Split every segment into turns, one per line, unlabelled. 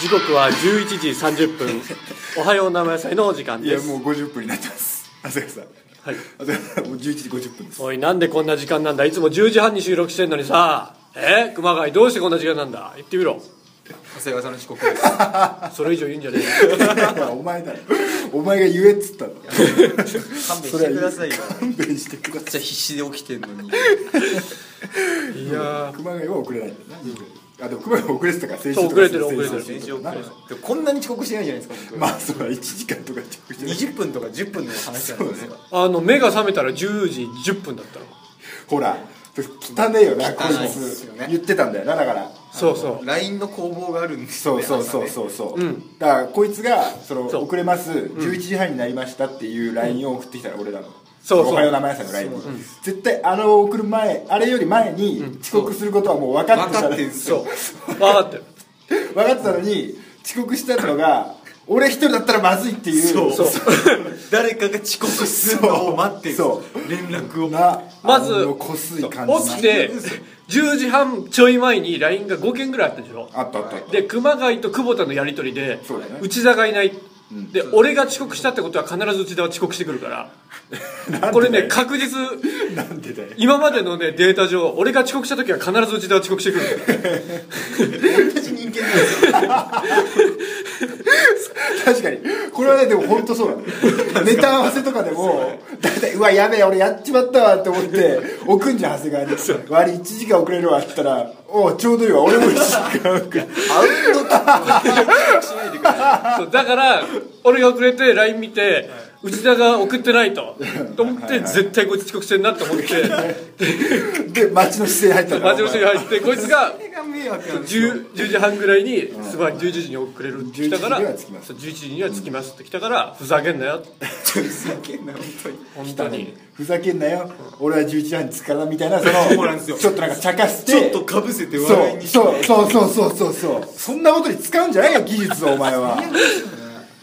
時刻は11時30分おはよう生野菜のお時間
い
で
や
す
もう50分になってます朝日さん
はい
朝日さんもう11時50分です
おいなんでこんな時間なんだいつも10時半に収録してんのにさえ熊谷どうしてこんな時間なんだ言ってみろ
長谷川さんの遅刻です
それ以上言うんじゃね
お前だろお前が言えっつったの
勘弁してくださいよ
勘弁してくださ
じゃ必死で起きてんのに
えよいや
い熊谷は遅れないんだよなあでも熊谷は遅れてたから先
そう遅れてる遅れてる
先
先
週
週
遅
と
れ
か
たでもこんなに遅刻してないじゃないですか僕、
まあそうだ1時間とか遅刻してる
20分とか10分の話なんですよ
あの目が覚めたら10時10分だったの
ほら汚えよなこい
汚いっす
つ
よね
言ってたんだよなだから
そうそう
LINE の工房があるんですよ
そう
ね
そうそう
う
そうそう、だからこいつがその
そう
遅れます11時半になりましたっていう LINE を送ってきたら俺らの、
そうそう
おはよう名前さんの LINE に、絶対あの送る前あれより前に遅刻することはもう分かってた
分かってんすよ
そう分かってる
分かってたのに遅刻したのが俺一人だったらまずいっていう
そう
そう
誰かが遅刻するのを待ってる
そ
連絡を
な
まず
あのこすい感じ
起きて10時半ちょい前に LINE が5件ぐらいあったでしょ
あったあったあった
で熊谷と久保田のやり取りで
そうだね
内田がいない、で俺が遅刻したってことは必ず内田は遅刻してくるからこれね確実
なんでだよ
今までのねデータ上俺が遅刻した時は必ず内田は遅刻してくるから
同じ人間なんですよ
確かにこれはねでも本当そうなんだよネタ合わせとかでも大体うわやべえ俺やっちまったわって思って置くんじゃん長谷川に割り1時間遅れるわって言ったらおうちょうどいいわ俺も1時間遅れる
アウトドア遅刻しないでくださ い
そうだから俺が遅れて LINE 見て、内田が送ってない とと思って絶対こいつ遅刻してんなと思って
で街の姿勢入ったんだ
マジの人が入ってこいつが
これが迷惑なんですよ
10, 10時半ぐらいにすごい11時に遅れるって来たから
11時には着きます
そう11時には着きますって来たからふざけんなよ
ちょっとふざけんな本当に
本当
汚
に
いふざけんなよ俺は11時半に着くからみたいなその
そうなんですよ
ちょっとなんか茶化して
ちょっとかぶせて笑いにして
そうそうそうそうそうそうそうそんなことに使うんじゃないよ技術をお前 は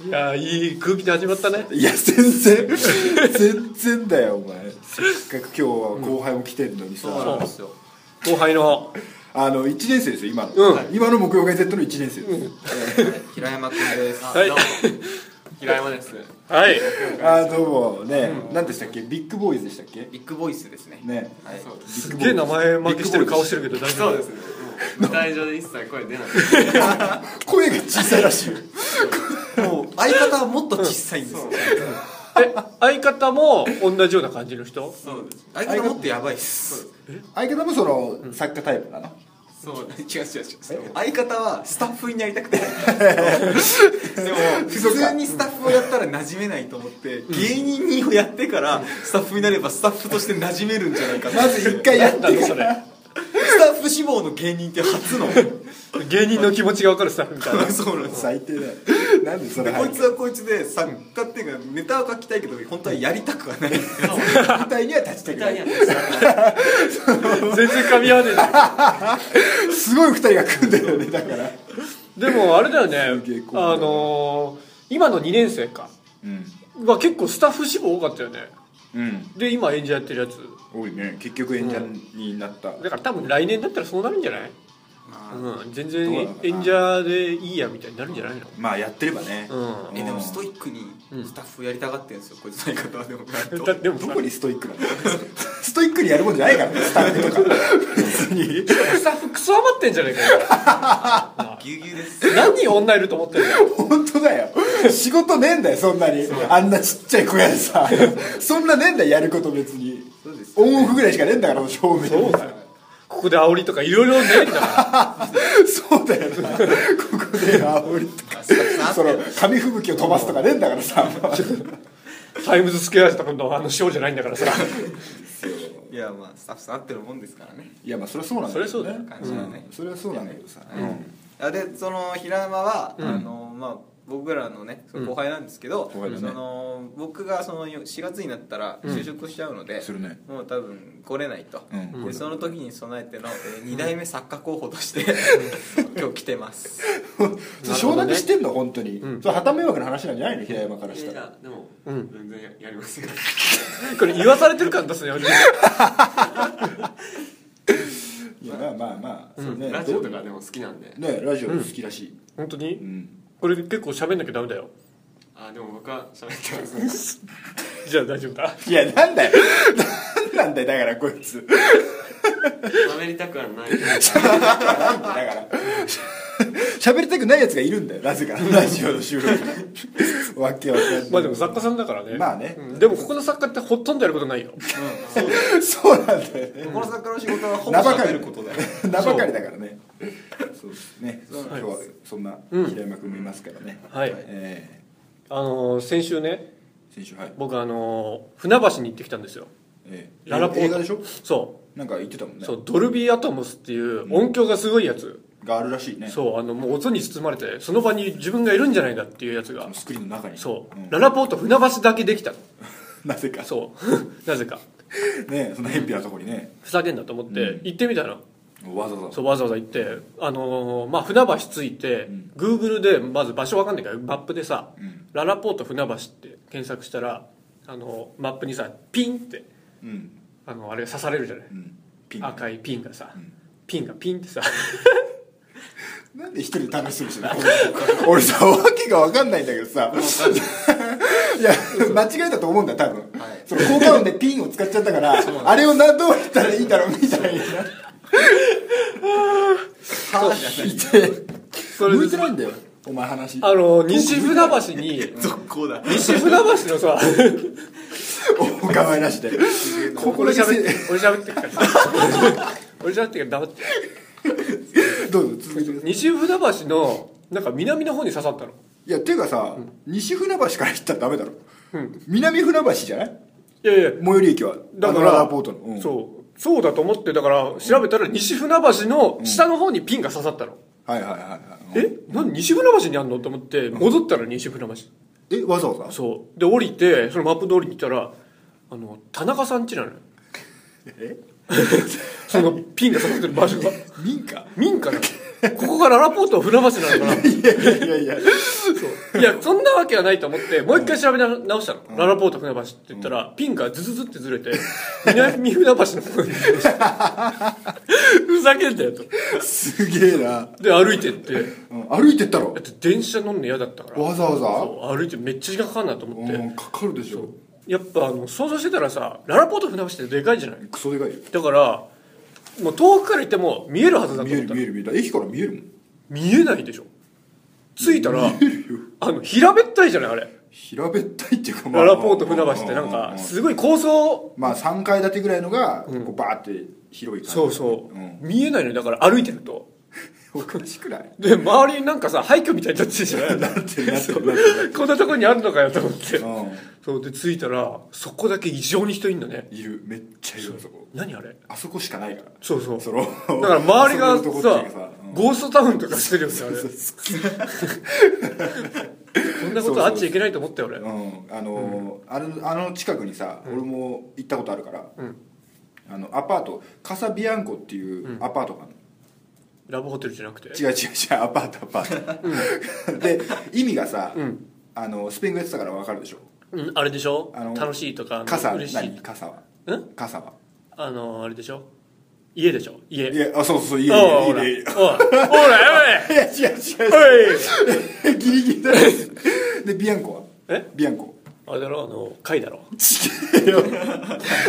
い
やーいい空気で始まったね
いや全然全然だよお前せっかく今日は後輩も来てんのにさ、
そうなんですよ
後輩の
あの1年生ですよ今の、
う
今の木曜会 Z の1年生です、
平山君です
はい
どうも平山です
はい
あどうもね、何でしたっけビッグボーイズでしたっけ
ビッグボイスですね
ね
はい
そうです
すっげえ名前負けしてる顔してるけど大丈
そう
夫
ですねもう舞台上で一切声出ない
声が小さいらしいよ
もう相方はもっと小さいんですよ
え相方も同じような感じの人
そうです
相方もっとやばいっす
相方もその、作家タイプなの
そうです
違う違う違う相方はスタッフになりたくてでも普通にスタッフをやったら馴染めないと思って芸人をやってからスタッフになればスタッフとして馴染めるんじゃないかな
まず一回やっ
なん
て
だそれ
スタッフ志望の芸人って初の
芸人の気持ちが分かるスタッフみ たいな
そうなんですよ
最低だよなんでそれ
でこいつはこいつで作家っていうかネタは書きたいけど本当はやりたくはない
舞台には立ちたく
舞
な
台に
い
は立
全然
ち
噛み合わねえじゃん
すごい二人が組んでるよねだから
でもあれだよね
すげえ怖い
あのー今の2年生か
うん
は結構スタッフ志望多かったよね
うん
で今演者やってるやつ
多いね結局演者になった、
だから多分来年だったらそうなるんじゃないうん、全然
どうなのか
演
な
者でいいやみたいになるんじゃないの
まあやってればね、
う
えでもストイックにスタッフやりたがってるんですよこいつの相方はでもなん
ん
と
だでも
ど
さ
こにストイックなのストイックにやるもんじゃないからねスタッフとか別に
スタッフクソ余ってんじゃねえかよ
ぎゅうぎゅうです
何人女いると思ってんだよ
本当だよ仕事ねえんだよそんなにあんなちっちゃい小屋でさそんなねえんだよやること別に
そうです
オンオフぐらいしかねえんだから正面そうだよ
ここで煽りとかいろいろねえんだか
そうだよなここで煽りとかその紙吹雪を飛ばすとかねえんだからさ
らタイムズスクエアとかのあのショーじゃないんだからさ
いやまあスタッフさんあってるもんですからね
いやまあそりゃそうなんだけど
そりゃそうだよ
感じはね、
それはそうなんだけどさ、
あでその平山は、あのまあ僕らのねその後輩なんですけど、
後輩だね
その僕がそのよ4月になったら就職しちゃうので、
するね
もう多分来れないと、
うん来れな
で
い
その時に備えての、え2代目作家候補として今日来てます
それ承諾してんの本当に、それはた迷惑の話なんじゃないの平山からした
い
ら
やでも
ん
全然やりますよ
これ言わされてる感出すね俺
いまあまあまあ、そうね
ラジオとかでも好きなんで
ねラジオ好きらしい、
本当
う
に
ん
これ結構喋んなきゃダメだよ
あでも僕は喋ってます
じゃあ大丈夫だ
いやなんだよ なんだよだからこいつ
喋りたくはない
だから 喋りたくないやつがいるんだよなぜかラジオの収録にわけわかんない
まあでも作家さんだからね
まあね
うんでもここの作家ってほとんどやることないよ
そうなんだよね
この作家の仕事はほぼ
名ばか
喋
り
ることだよ
名ばかりだからねそうですね今日はそんな平山君もいますからね、
はい
え
あのー先週ね
ー、先週はい、
僕あのー船橋に行ってきたんですよ
えー、
ララポート
映画でしょ
そ
なんか言ってたもん
う
ね
そうドルビーアトモスっていう音響がすごいやつ、
があるらしいね
そうあのもう音に包まれてその場に自分がいるんじゃないかっていうやつが
そのスクリーンの中に
そう、
ん
ララポート船橋だけできたの
なぜか
そう なぜか
ねその偏僻なとこにね
ふざけんなと思って、
うん
行ってみたの
わざわざ
そうわざわざ行ってあのーまあ船橋着いて、Google でまず場所わかんないからマップでさ、
うん
ララポート船橋って検索したらあのーマップにさピンって
うん
あのあれ刺されるじゃない、
うんピン
赤いピンがさ、
ん
ピンがピンってさ
なんで一人で試してるしな俺さわけがわかんないんだけどさいや間違えたと思うんだよ多分、その効果音でピンを使っちゃったからあれをなどうやったらいいだろうみたいな
はあじゃない
そ
向
れ
いて
で
ないんだよお前話
あのー西船橋に
続行だ
西船橋のさ
お構いなしでここ
俺
で
喋っ
喋
て俺喋ってっ
って
から俺喋ってっから黙って
どうぞ続けてください
西船橋のなんか南の方に刺さったの
いやっていうかさ、西船橋から行ったらダメだろ、南船橋じゃない
いやいや
最寄り駅は
だ
あ
か
の
ら
ララポートの、うん
そうそうだと思ってだから調べたら西船橋の下の方にピンが刺さったの、
はいはいはいはい
え何西船橋にあんのと思って戻ったら西船橋
えわざわざ
そうで降りてそのマップ通りに行ったらあの田中さん家なのよ
え
そのピンが刺さってる場所が
民家
民家なのここがララポート船橋なのかない
やいやい
い
や
やそんなわけはないと思ってもう一回調べ直したの、ララポート船橋って言ったら、ピンがズズズってずれて 南船橋の方に移動したふざけんなよと
すげえな、
で歩いてってだ
うん歩いてったろ
って電車乗るの嫌だったから
わざわざ
そう歩いてめっちゃ時間かかんなと思って、
うんかかるでしょ
やっぱあの想像してたらさララポート船橋ってでかいじゃない
クソでかいよ
だからもう遠くから行っても見えるはずだと
見
思
え
った
る見
見え
える見える駅から見えるもん
ないでしょ着いたらあの平べったいじゃないあれ
平べったいっていうか、
ララポート船橋ってなん
ううう
か
う
すごい高層
まあ3階建てぐらいのがこうバーって広い感じ
そうそう、
ん
見えないのよだから歩いてると
おかしくない
で周りになんかさ廃墟みたいになってるじゃ ないそう こんなとこにあるのかよと思って、
うん
そうで着いたらそこだけ異常に人いんだね
いるめっちゃいるあそこ
何あれ
あそこしかないから
そうそう
その
だから周りが
遊べるとこって
さ
いうかさうん
ゴーストタウンとかしてるよねあれ こんなことあっちゃいけないと思ったよ俺
うんあのーあのあの近くにさ、俺も行ったことあるから、
ん
あのアパートカサビアンコっていうアパートがあるの、
ラブホテルじゃなくて
違う違う違うアパートアパート、で意味がさ、
ん
あのスペイン語やってたから分かるでしょ
うんあれでしょ
あの
楽しいとかあの
傘
嬉しい
何傘は
ん
傘は
あのあれでしょ家でしょ家
いやあそうそうそういい
お
ねいい
いおいおいおい
ねいいねいや違う違う
おい
違うギリギリだねでビアンコは
え
ビアンコ
あれだろあの貝だろ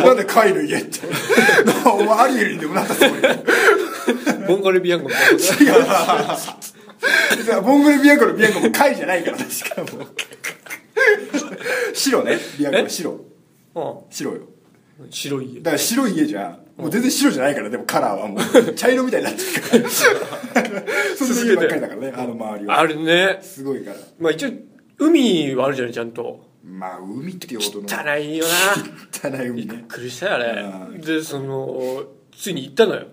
なんで貝の家ってお前アリエルにでもなったつもり
ボンゴレビアンゴみたいな
だからボンゴレビアンコのビアンコも貝じゃないから確かもう白ねビアンコは白白よ
うん白い家
だから白い家じゃんもう全然白じゃないからでもカラーはも う茶色みたいになってるからそんな家ばっかりだからねあの周り
あ
は
れね
すごいから
まあ一応海はあるじゃないちゃんと
まあ海っていうほどの
汚いよな
汚い海
びっ
ね
くりしたよあ
う
れでそのついに行ったのよ、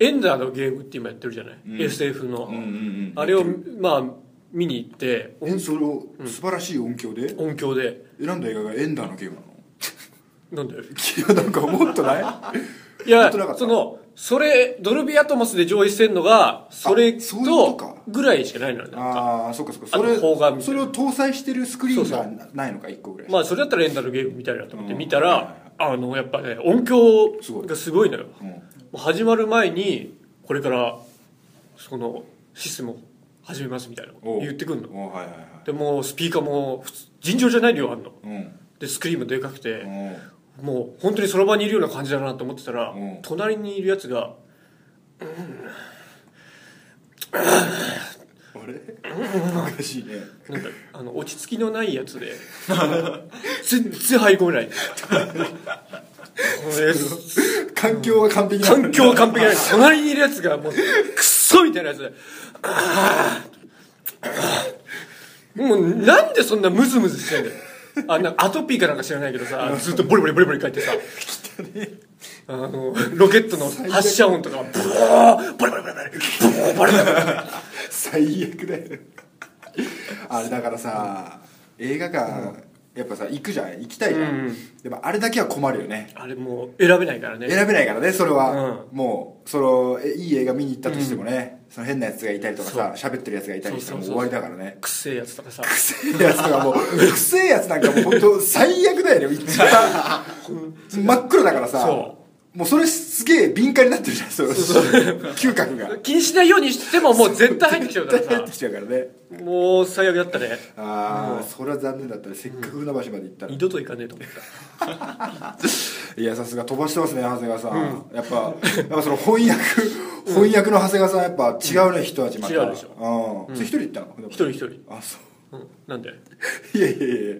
エンダーのゲームって今やってるじゃない、SF の、
うんうん
あれをまあ見に行って
えそれを素晴らしい音響で
音響で
選んだ映画がエンダーのゲームな
な
の
ん だよ
いやなんか思っとない
いや
本当なかった
そのそれドルビーアトモスで上映してんのがそれ
そういうこと
と
か
ぐらいしかないのよなんか
ああそっかそっか
あ
そ
と
れ
邦画みたいな
それを搭載してるスクリーン
そう
が
そ
なないのか1個ぐらい
まあそれだったらエンダーのゲームみたいなと思って見た
うんはい
ら、あのやっぱね音響がすごいのよ、
うん
もう始まる前にこれからそのシステムを始めますみたいなこと言ってくんの
おうはいはいはい
でもうスピーカーも普通尋常じゃない量あんの
うん
でスクリーンもでかくて、
うん
もう本当にその場にいるような感じだなと思ってたら、
うん
隣にいるやつが
あれ
おかしいね
なんだあの落ち着きのないやつで全然入り込めないこれ
環境は完璧な
環境は完璧じゃない隣にいるやつがもうクソみたいなやつであーあーもうなんでそんなムズムズしてんだよあなんかアトピーかなんか知らないけどさずっとボリボリボリボリ書いてさあのロケットの発射音とかブワーボリボリボリボリブワーボリボリボリ
最悪だよあれだからさ映画館やっぱさ行くじゃん行きたいじゃ
うん
んでもあれだけは困るよね
あれもう選べないからね
選べないからねそれはもうそのえいい映画見に行ったとしてもねその変なやつがいたりとかさ喋ってるやつがいたりしたらもう
そうそう
終
そ
わ
う
りだからね
くせえやつとかさ
くせえやつがもうくせえやつなんかもう本当最悪だよね 一番真っ黒だからさ
そ
もうそれすげえ敏感になってるじゃんその嗅 覚が
気にしないようにしてももう絶対入ってきちゃうか
絶 対入っ
ら
て
さ
きちゃうからね
もう最悪だったね
ああそれは残念だったねせっかく船橋まで行ったら
二度と行かねえと思った
いやさすが飛ばしてますね長谷川さんやっぱやっぱその翻訳翻訳の長谷川さんやっぱ違うね一味また
違うでし
ょそれ一人行ったの船橋
一人一人
あそ
うんなんで
うい やいやいや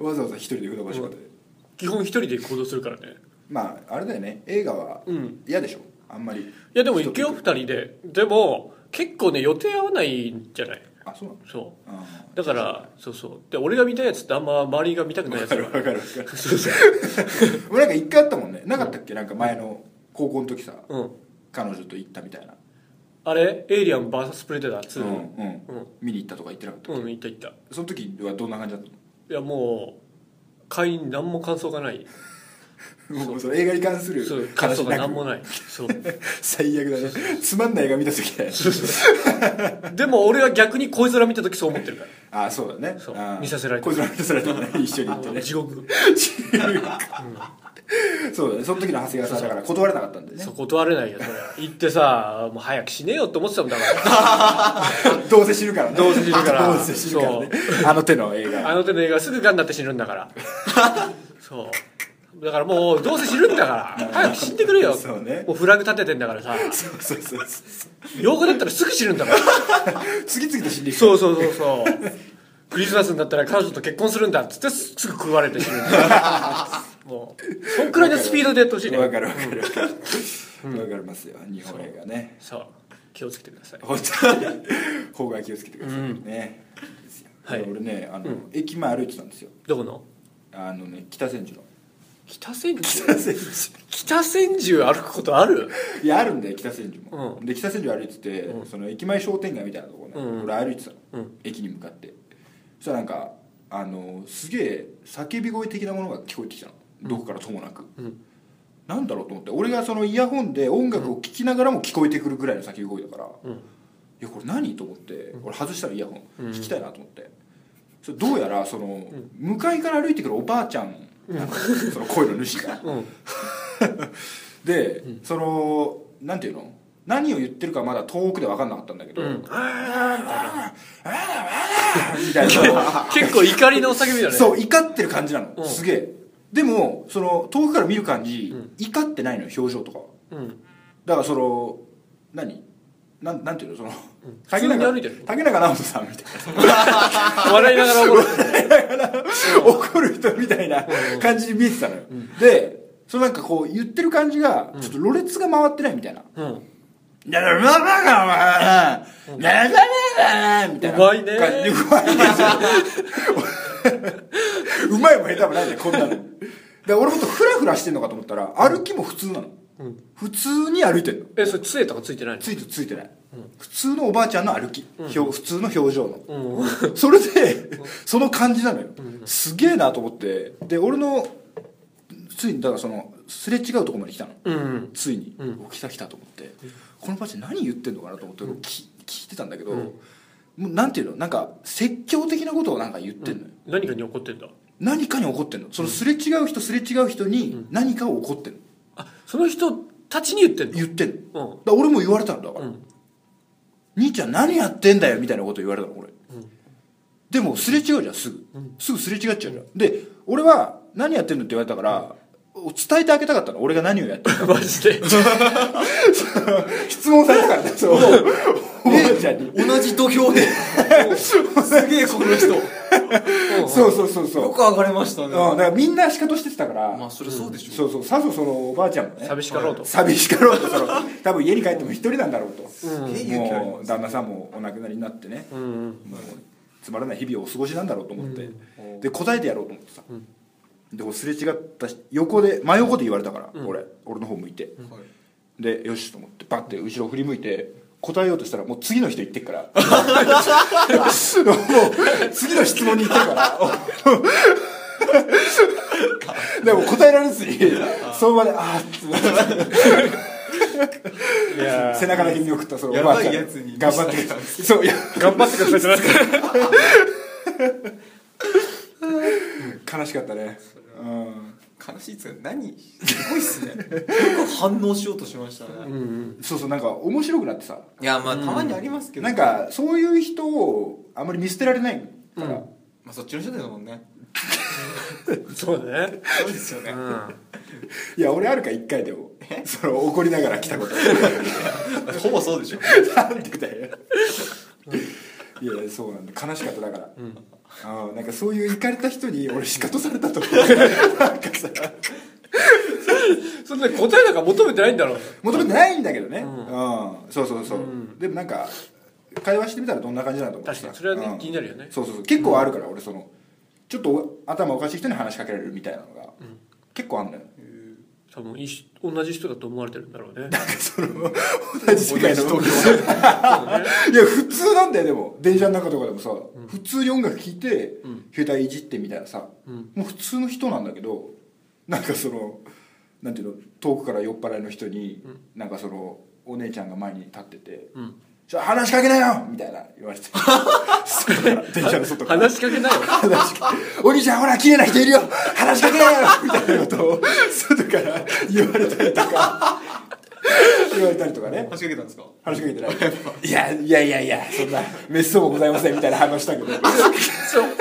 わざわざ一人で船橋まで
基本一人で行動するからね
まああれだよね映画は
うん
嫌でしょあんまり
いやでも行くよ二人ででも結構ね予定合わないんじゃない
あそうなの
そう
あ
だからそうそうで俺が見たいやつってあんま周りが見たくないやつだ
ーわ
か
からるわかる
そうそう
俺なんか一回あったもんねなかったっけなんか前の高校の時さ
うん
彼女と行ったみたいな
あれエイリアン VS プレデター
うん
2
うん見に行ったとか行ってなかった
うん行った行った
その時はどんな感じだったの
いやもう会員何も感想がない
もうその映画に関す る
そう感
話
想
な
が
く
何もないそう
最悪だねつまんない映画見た時だよね
そうそうでも俺は逆に恋空見た時そう思ってるか
あそうだね
そう
あー
見させられた
こいつら見させられたね 一緒に行って
ら
ね
地獄
そうだねその時の長谷川さんだから断れなかったんでね
そう断れないよそれ行ってさもう早く死ねよって思ってたもんだか
どうせ死ぬからね
どうせ死ぬから
どうせ死ぬからねあの手の映
らあ
画
の手の映画すぐガンになって死ぬんだから そうだからもうどうせ死ぬんだから早く死んでくれよ
そうね
もうフラグ立ててんだからさ
そうそうそうそう
洋子だったらすぐ死ぬんだから
次々と死んでいく
そうそうそうそうクリスマスになったら彼女と結婚するんだっつってすすぐ食われて死ぬん だもうそんくらいのスピードでやってほしいね
わかるわかるわかるわかりますよ日本映画ね
そう気をつけてください
本当に方が気をつけてくださいね
はい
俺ねあの駅前歩いてたんですよ
どこの
あのね北千住の
北千住
北千住
北千住歩くことある
いやあるんだよ北千住も、
うん
で北千住歩いてて、その駅前商店街みたいなとこね、
うんうん
俺歩いてたの、
うん
駅に向かってそしたらなんかあのすげえ叫び声的なものが聞こえてきたのどこからともなく、
ん
なんだろうと思って俺がそのイヤホンで音楽を聴きながらも聞こえてくるぐらいの叫び声だから、いやこれ何と思って俺外したらイヤホン、聞きたいなと思ってそれどうやらその、向かいから歩いてくるおばあちゃんなの、その声の主が、
うん
で、そのなんていうの何を言ってるかまだ遠くで分かんなかったんだけど「あーあーあーあー みたいな
結構怒りの叫びだね
そう怒ってる感じなの、
うん
すげえでもその遠くから見る感じ、怒ってないのよ表情とかは
うん
だからその何なんなんていうのその、
普通に歩いてる
竹中直人さんみたいな
笑いながら怒る
怒る人みたいな感じに見えてたのよ、でそのなんかこう言ってる感じがちょっとろれつが回ってないみたいな、
うん
なななななななみたいな。
うまいね
うまいね。 うまいも下手もないね、こんなの。だから俺もっとフラフラしてんのかと思ったら、歩きも普通なの。普通に歩いてんの。
えそれ杖とかついてないの
ついてついてない。普通のおばあちゃんの歩き。表普通の表情の。
うん
それで、その感じなのよ。すげえなと思って。で、俺の、ついに、だからその、すれ違うとこまで来たの。
うん
ついに、お来た来たと思って、このパチ何言ってんのかなと思って、き聞いてたんだけど、もうなんていうのなんか説教的なことをなんか言ってんのよ、
何かに怒ってんだ
何かに怒ってんのそのすれ違う人すれ違う人に何かを怒ってんの、
あその人たちに言ってんの
言ってる、
うん
だから俺も言われたんだから、
うん
兄ちゃん何やってんだよみたいなこと言われたの俺、でもすれ違うじゃんすぐ、すぐすれ違っちゃうじゃん、で俺は何やってんのって言われたから、伝えてあげたかったの俺が何をやってる
マジ で
質問されたからねそうおばあちゃんに
同じ土俵で すげえこの人
そうそうそうそう
よく上がれましたね
うん、だからみんなシカとしてたから、
まあそれそうでしょ
そうそうさぞそのおばあちゃんもね
寂しかろうと
寂しかろうとその 多分家に帰っても一人なんだろうと、
すげえ勇気あり
も
ま
う
す
旦那さんもお亡くなりになってね、
うんうん
もうつまらない日々をお過ごしなんだろうと思って、で答えてやろうと思ってさ、でこうすれ違ったし横で真横で言われたから、俺俺の方向いて、
はい
でよしと思ってバッて後ろ振り向いて答えようとしたらもう次の人行ってっから もう次の質問に行ってっから でも答えられずにその場でああっつって背中だけ見送ったそのおばあちゃん
やばいやつに
頑張ってそういや
頑張ってくださいじゃなくて
悲しかったねうん
悲しいっつうか何すごいっすねよく反応しようとしましたね、い
そうそうなんか面白くなってさ
やまあたまにありますけど
なんかそういう人をあんまり見捨てられないから、
まあそっちの人ですもんね
そうだね
そうですよね、
いや俺あるか一回でもその怒りながら来 たこと
ほぼそうでしょ
なんでだよいやそうなんだ悲しかっただから、ああなんかそういういかれた人に俺仕方されたと思うなんかさ
そんな答えなんか求めてないんだろう
求めてないんだけどね、うんそうそうそう、でもなんか会話してみたらどんな感じなのと思ってさ
確かにそれはね
うん
気になるよね
そうそうそう結構あるから、俺そのちょっとお頭おかしい人に話しかけられるみたいなのが、結構あんだよ
多分いいし同じ人だと思われてるんだろうね
同じ世界のいや普通なんだよでも電車の中とかでもさ、普通に音楽聴いて、携帯いじってみたいなさ、もう普通の人なんだけどなんかそのなんていうの遠くから酔っ払いの人に、なんかそのお姉ちゃんが前に立ってて「ちょ話しかけなよ!」みたいな言 われて外から電車の外から
話しかけないよ
お兄ちゃんほら綺麗な人いるよ話しかけなよみたいなことを外から言われたりと か言われたりとかね
話しかけたんですか
話しかけてないいやいやいやいやそんなめっそうもございませんみ たいな話したけど
そう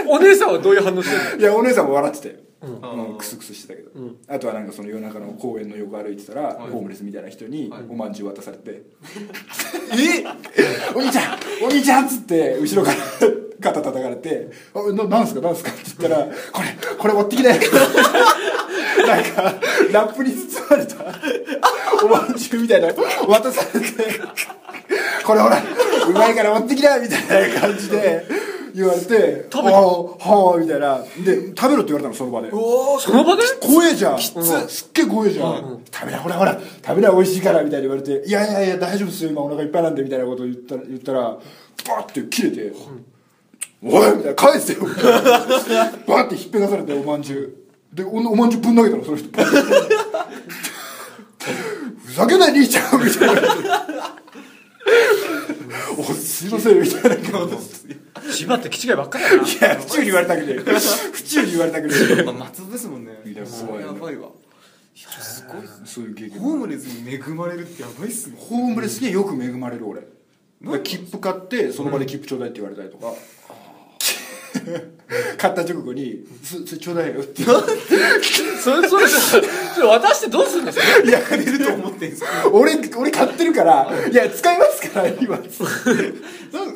お姉さんはどういう反応してるの
いやお姉さんも笑ってたよ、うん
うん
クスクスしてたけど、あとはなんかその夜中の公園の横歩いてたら、ホームレスみたいな人におまんじゅう渡されて「えお兄ちゃんお兄ちゃん!」っつって後ろから肩叩かれて「あななんすかなんすか?」って言ったら「これこれ持ってきなよ」 なんかラップに包まれたおまんじゅうみたいなの渡されて「これほらうまいから持ってきな」みたいな感じで言われて「
食べた
はあはあ」みたいなで食べろって言われたのその場で
おお
その場で
怖えじゃんうんすっげえ怖えじゃん、食べなほらほら食べな美味しいからみたいに言われて「いやいやいや大丈夫ですよ今お腹いっぱいなんで」みたいなことを言った言ったらバーって切れて「おい!」みたいな「返 せよ」みたいなバーってひっぺがされておまんじゅうでおおまんじゅうぶん投げたのその人ふざけんな兄ちゃんみたい な「おすいません」みたいな顔で
千葉って気違いばっかりだない
や府中に言われたく ねえ府中に言われたくねえ
まあ松戸ですもんね
いやすごいね
やばいわ
すごいそういう経験
ホームレスに恵まれるってやばいっすね
ホームレスによく恵まれる俺だから切符買ってその場で切符ちょうだいって言われたりとか、 買った直後に「そそれちょうだいよ」って 言われて
それそれそれそれ渡してどうするんですか
いやくれると思ってんすか
俺俺買ってるから「いや使いますから 今」
なんか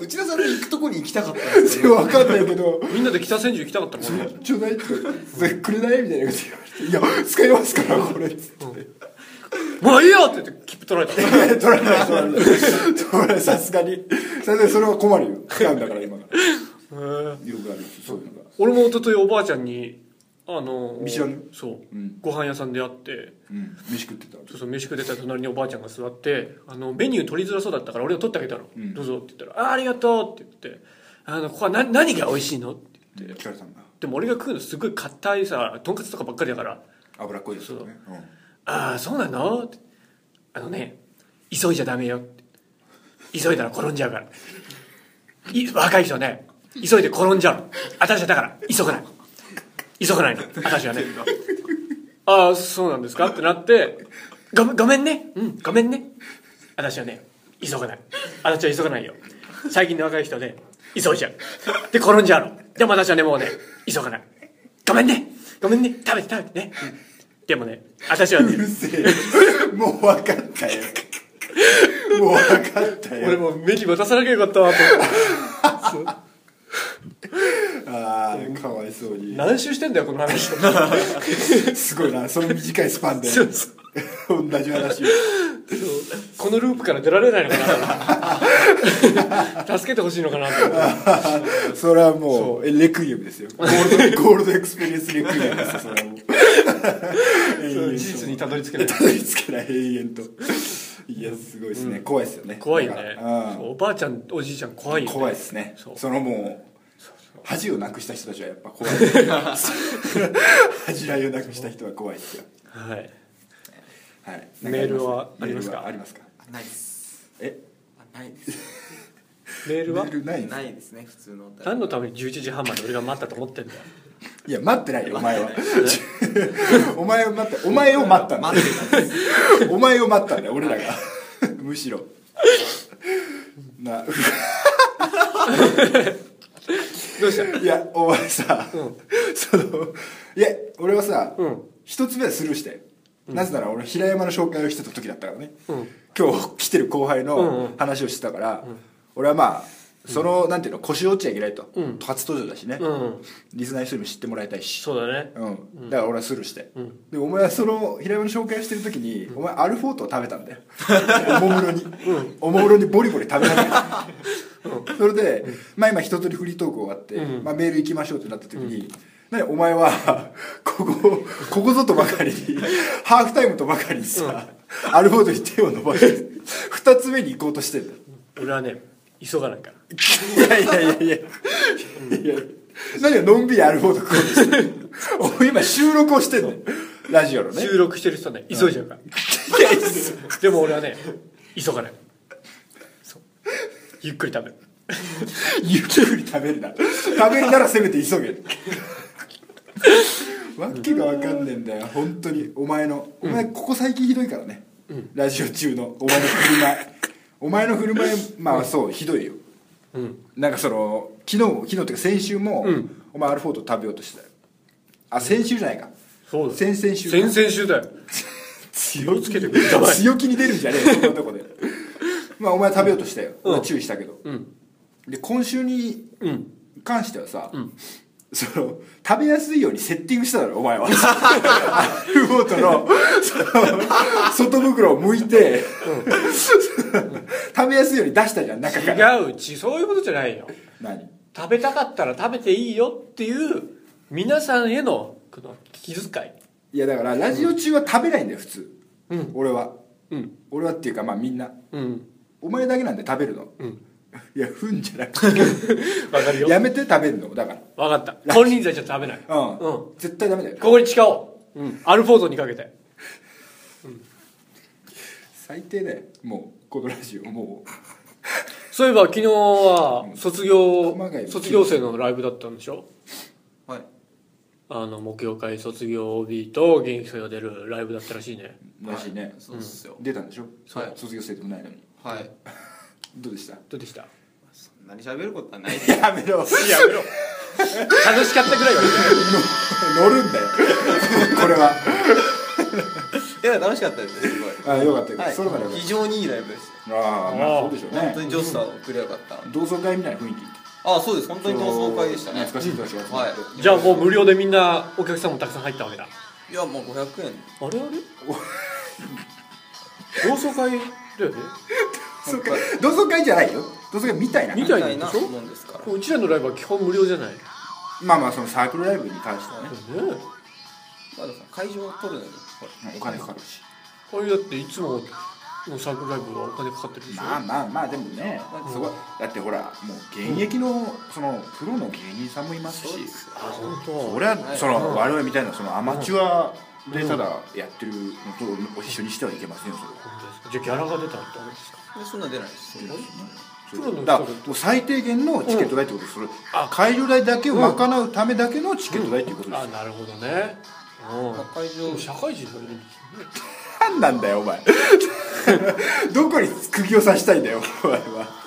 内田さんの行くとこに行きたかったんですよ
分かん ないけど
みんなで北千住行きたかったもんね
「ちょうだい」って「それくれない?」みたいなこと言われて「いや使いますからこれ」っつって
もういいよって言って切符取られた
いや「取らない取らない取らないさすがにさすがにそれは困るよ使うんだから今から」よくあるよそういうのが
俺も一昨日おばあちゃんにあの
見知らぬ
そう、
ん
ご飯屋さんで会って
うん飯食ってた
そうそう飯食ってた隣におばあちゃんが座ってあのメニュー取りづらそうだったから俺が取ってあげたの、
ん
どうぞって言ったら「あーありがとう」って言って「あのここは何何が美味しいの?」って言って
聞かれたんだ
でも俺が食うのすごい硬いさとんかつとかばっかりだから
脂っこいですよねうん
「ああそうなの?」って「あのね急いじゃダメよ」って急いだら転んじゃうからい若い人はね急いで転んじゃうの私はだから急がない急がないの私はねああそうなんですかってなってごめんごめんねうんごめんね私はね急がない私は急がないよ最近の若い人はね急いじゃうで転んじゃうのでも私はねもうね急がないごめんねごめんね食べて食べてね、うんでもね私はね
もう分かっ たよもう分かったよ
俺もうメニュー渡さなきゃよかったわと思って
ああかわいそうに
何周してんだよこの話
すごいなその短いスパンで
そうそう
同じ話を
このループから出られないのかな助けてほしいのかなと思って
それはもうえレクイエムです よゴールドゴールドエクスペリエンスレクイエムですよそれはもう
そう
永
事実に
遠
たどり着けな
と
い
たどり着けない永遠といやすごいですね、怖いですよね
怖いよね
うん
そうおばあちゃんおじいちゃん怖いよ、ね、
怖いですね
そ
そうのもう恥をなくした人たちはやっぱ怖い恥じらいをなくした人は怖いですよ、
はい
はい、
メールはありますか
メールはありますか
あないです
え
あないです
メール
メ
は
ールないんですか
ないですね普通のお便り
何のために11時半まで俺が待ったと思ってんだよ
いや待ってないよお前は お前を待ってお前を待ったんだ
待ってないです
お前を待ったんだよ俺らが むしろな
どうした
いやお前さ、そのいや俺はさ、
うん
一つ目はスルーしたよ、なぜなら俺平山の紹介をしてた時だったからね、
うん
今日来てる後輩
うんう
の
ん
話をしてたから、俺はまあその、なんていうの腰折っちゃいけないと、
うん
初登場だしね、
うん
リスナーの人にも知ってもらいたいし
そうだね
うん、だから俺はスルーして、
うん
でお前はその平山の紹介してる時に、お前アルフォートを食べたん だよおもむろに、おもむろにボリボリ食べながら、それで、まあ今一通りフリートーク終わって、
うん
まあ、メール行きましょうってなった時に、ねお前は ここここぞとばかりにハーフタイムとばかりにさ、アルフォートに手を伸ばして2つ目に行こうとしてんだ
俺はね急がないから
いやいやいやいやいや何がのんびりアルフォート食おうとしてんのお前今収録をしてんのラジオのね
収録してる人はね急いじゃうから
いやいや
でも俺はね急がないそうゆっくり食べる
ゆっくり食べるな食べるならせめて急げわけがわかんねえんだよ本当にお前のお前ここ最近ひどいからね、ラジオ中のお前の振る舞いお前の振る舞いまあそうひどいよ
うん
なんかその昨日昨日っていうか先週も、
うん
お前アルフォート食べようとしてたよあ先週じゃないか
そうだ
先々週か
先々週だよ
強
つけてくれたまえ
強気に出るんじゃねえよそんなとこで まあお前食べようとしたよ、俺注意したけど、
うん
で今週に
うん
関してはさ、
ん
その食べやすいようにセッティングしただろお前は アルフォートのその外袋を剥いて、食べやすいように出したじゃん中から
違うちそういうことじゃないよ
何
食べたかったら食べていいよっていう皆さんへのこの気遣い
いやだからラジオ中は食べないんだよ普通、
うん
俺は
うん
俺はっていうかまあみんな
うん
お前だけなんで食べるの、
うん
いやふんじゃなくて
わかるよ
やめて食べるのだか
わかった金輪際じゃ食べない
らうん、
うん
絶対ダメだよ
ここに誓おう、うん、アルフォートにかけて
最低だよもうこのラジオも
そういえば昨日は卒業
熊谷
卒業生のライブだったんでしょ
はい
あの木曜会卒業 OB と現役生が出るライブだったらしいね
うらしいね、
そうっすよ
出たんでしょ、
はい
卒業生でもないのに
はい
どうでした
どうでした
そんなに喋ることはないです
やめろ
やめろ楽しかったぐらいは言って
乗るんだよ これはい
や楽しかったですすごい
あよかったよかった、
はい
それならよかっ
非常にいいライブでした
たああまあそうでしょう
本当
ね
にジョスター送りよかった
同窓会みたいな雰囲気
あそうです本当に同窓会でしたね
懐かしい人たちが集まって
はい
るじゃあもう無料でみんなお客さんもたくさん入ったわけだ
いやもう500円
あれあれ同窓会だよね
そうか同窓会じゃないよ同窓会みたいな
み
み
た
た
い
い
な
なん
でしょ
もんですから
うちらのライブは基本無料じゃないね
まあまあそのサークルライブに関してはね、
まださ会場を取るのにほら
お金かかるし
あれだっていつものサークルライブはお金かかってるでしょ
まあまあまあでもねそこだってほらもう現役のそのプロの芸人さんもいますし
そうですよ
あ本当。
俺はその我々みたいなそのアマチュアでただやってるのと一緒にしてはいけませんよそれは
本当ですかじゃあギャラが出たってことですか
でそんな出ないです
プロの人
だからもう最低限のチケット代ってことですそれ
あ
会場代だけを賄うためだけのチケット代っていうことです
あなるほどね
まあ
う
会場
ん社会人のように
何なんだよお前 どこに釘を刺したいんだよお前は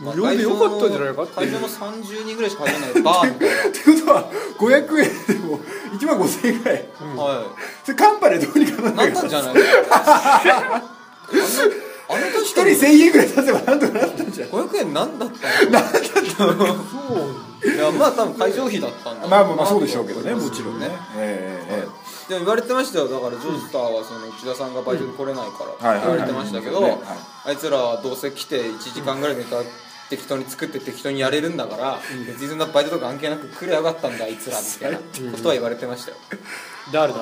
無料でよかったんじゃないかって
会場の30人ぐらいしか入らないバーみたい
ってことは500円でも1万5000円ぐらい
なは
それカンパでどうにか
い
な
なっ
る
たんじゃないあのあの
一
時
人
と
1000円ぐらい出せばなんとかなったんじゃん
500円なんだったのいやまあ多分会場費だったんだ
まあまあまあそうでしょうけどね
なと
も
思います
ちろんねええええ
でも言われてましたよだからジョースターはその内田さんがバイトに来れないから
はい
って
はいは
言
い
われてましたけ
うんねは
ど
い
あいつらはどうせ来て1時間ぐらいネタ適当に作って適当にやれるんだから別にそんなバイトとか関係なく来りゃよかったんだあいつらみたいなことは言われてましたよ
誰だ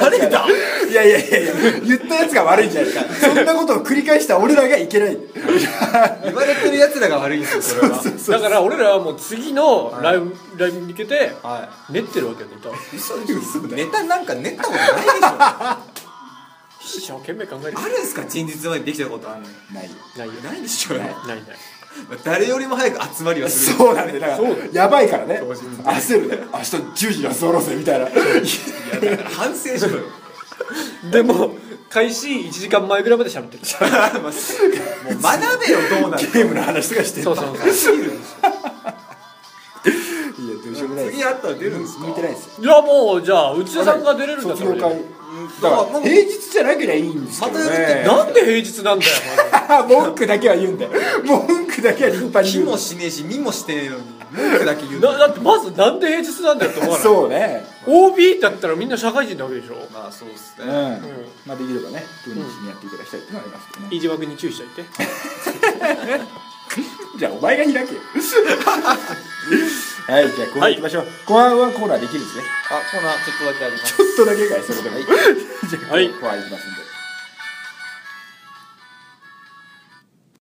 誰だ
いやいやいやいや言ったやつが悪いんじゃないかそんなことを繰り返した俺らがいけない
言われてるやつらが悪いんですよ それは
だから俺らはもう次のライブライブに向けて
は
練ってるわけよネタを
い嘘でしょネタなんか練った ことないでしょあ
一生懸命考えて
るんすか前日までできたことあんの
ないよ
ないよ
ないでしょ
ないない
誰よりも早く集まりはする
そうなんだよだか
そう
ら
だよ
やばいからね
当日
焦るね明日10時には座ろうぜみたいない
いやだから反省しろよ
でも開始1時間前ぐらいまで喋ってる
まあもう学べよどうなる
ゲームの話とかしてん
そ
の
うそうそ
いやどうしようもないです
次あったら出るんですか
向いてないですよ
ういやもうじゃあ内田さんが出れるんだ
卒
から
業会だ
あ
か
も
ら
う
平日じゃなければいいんですけど
またやるって
ね
なんで平日なんだよまだ
文句だけは言うんだよ文句だけは立派に
気
言うん
も
だよ
しねえし身もしてねえのに文句だけ言う
な
の
だってまずなんで平日なんだよって思わない
そうね
OB だったらみんな社会人なわけでしょ
まあそうっす
うん
ね
まあできればね土日にやっていただきたいっていうのはありますけどね
飯島君に注意しといて
じゃあお前が開 けよはいじゃあ後半行きましょう後半はコーナーできるんですね
あコーナーちょっとだけあります
ちょっとだけかいそれでも じゃあ
はい
後半行きますんで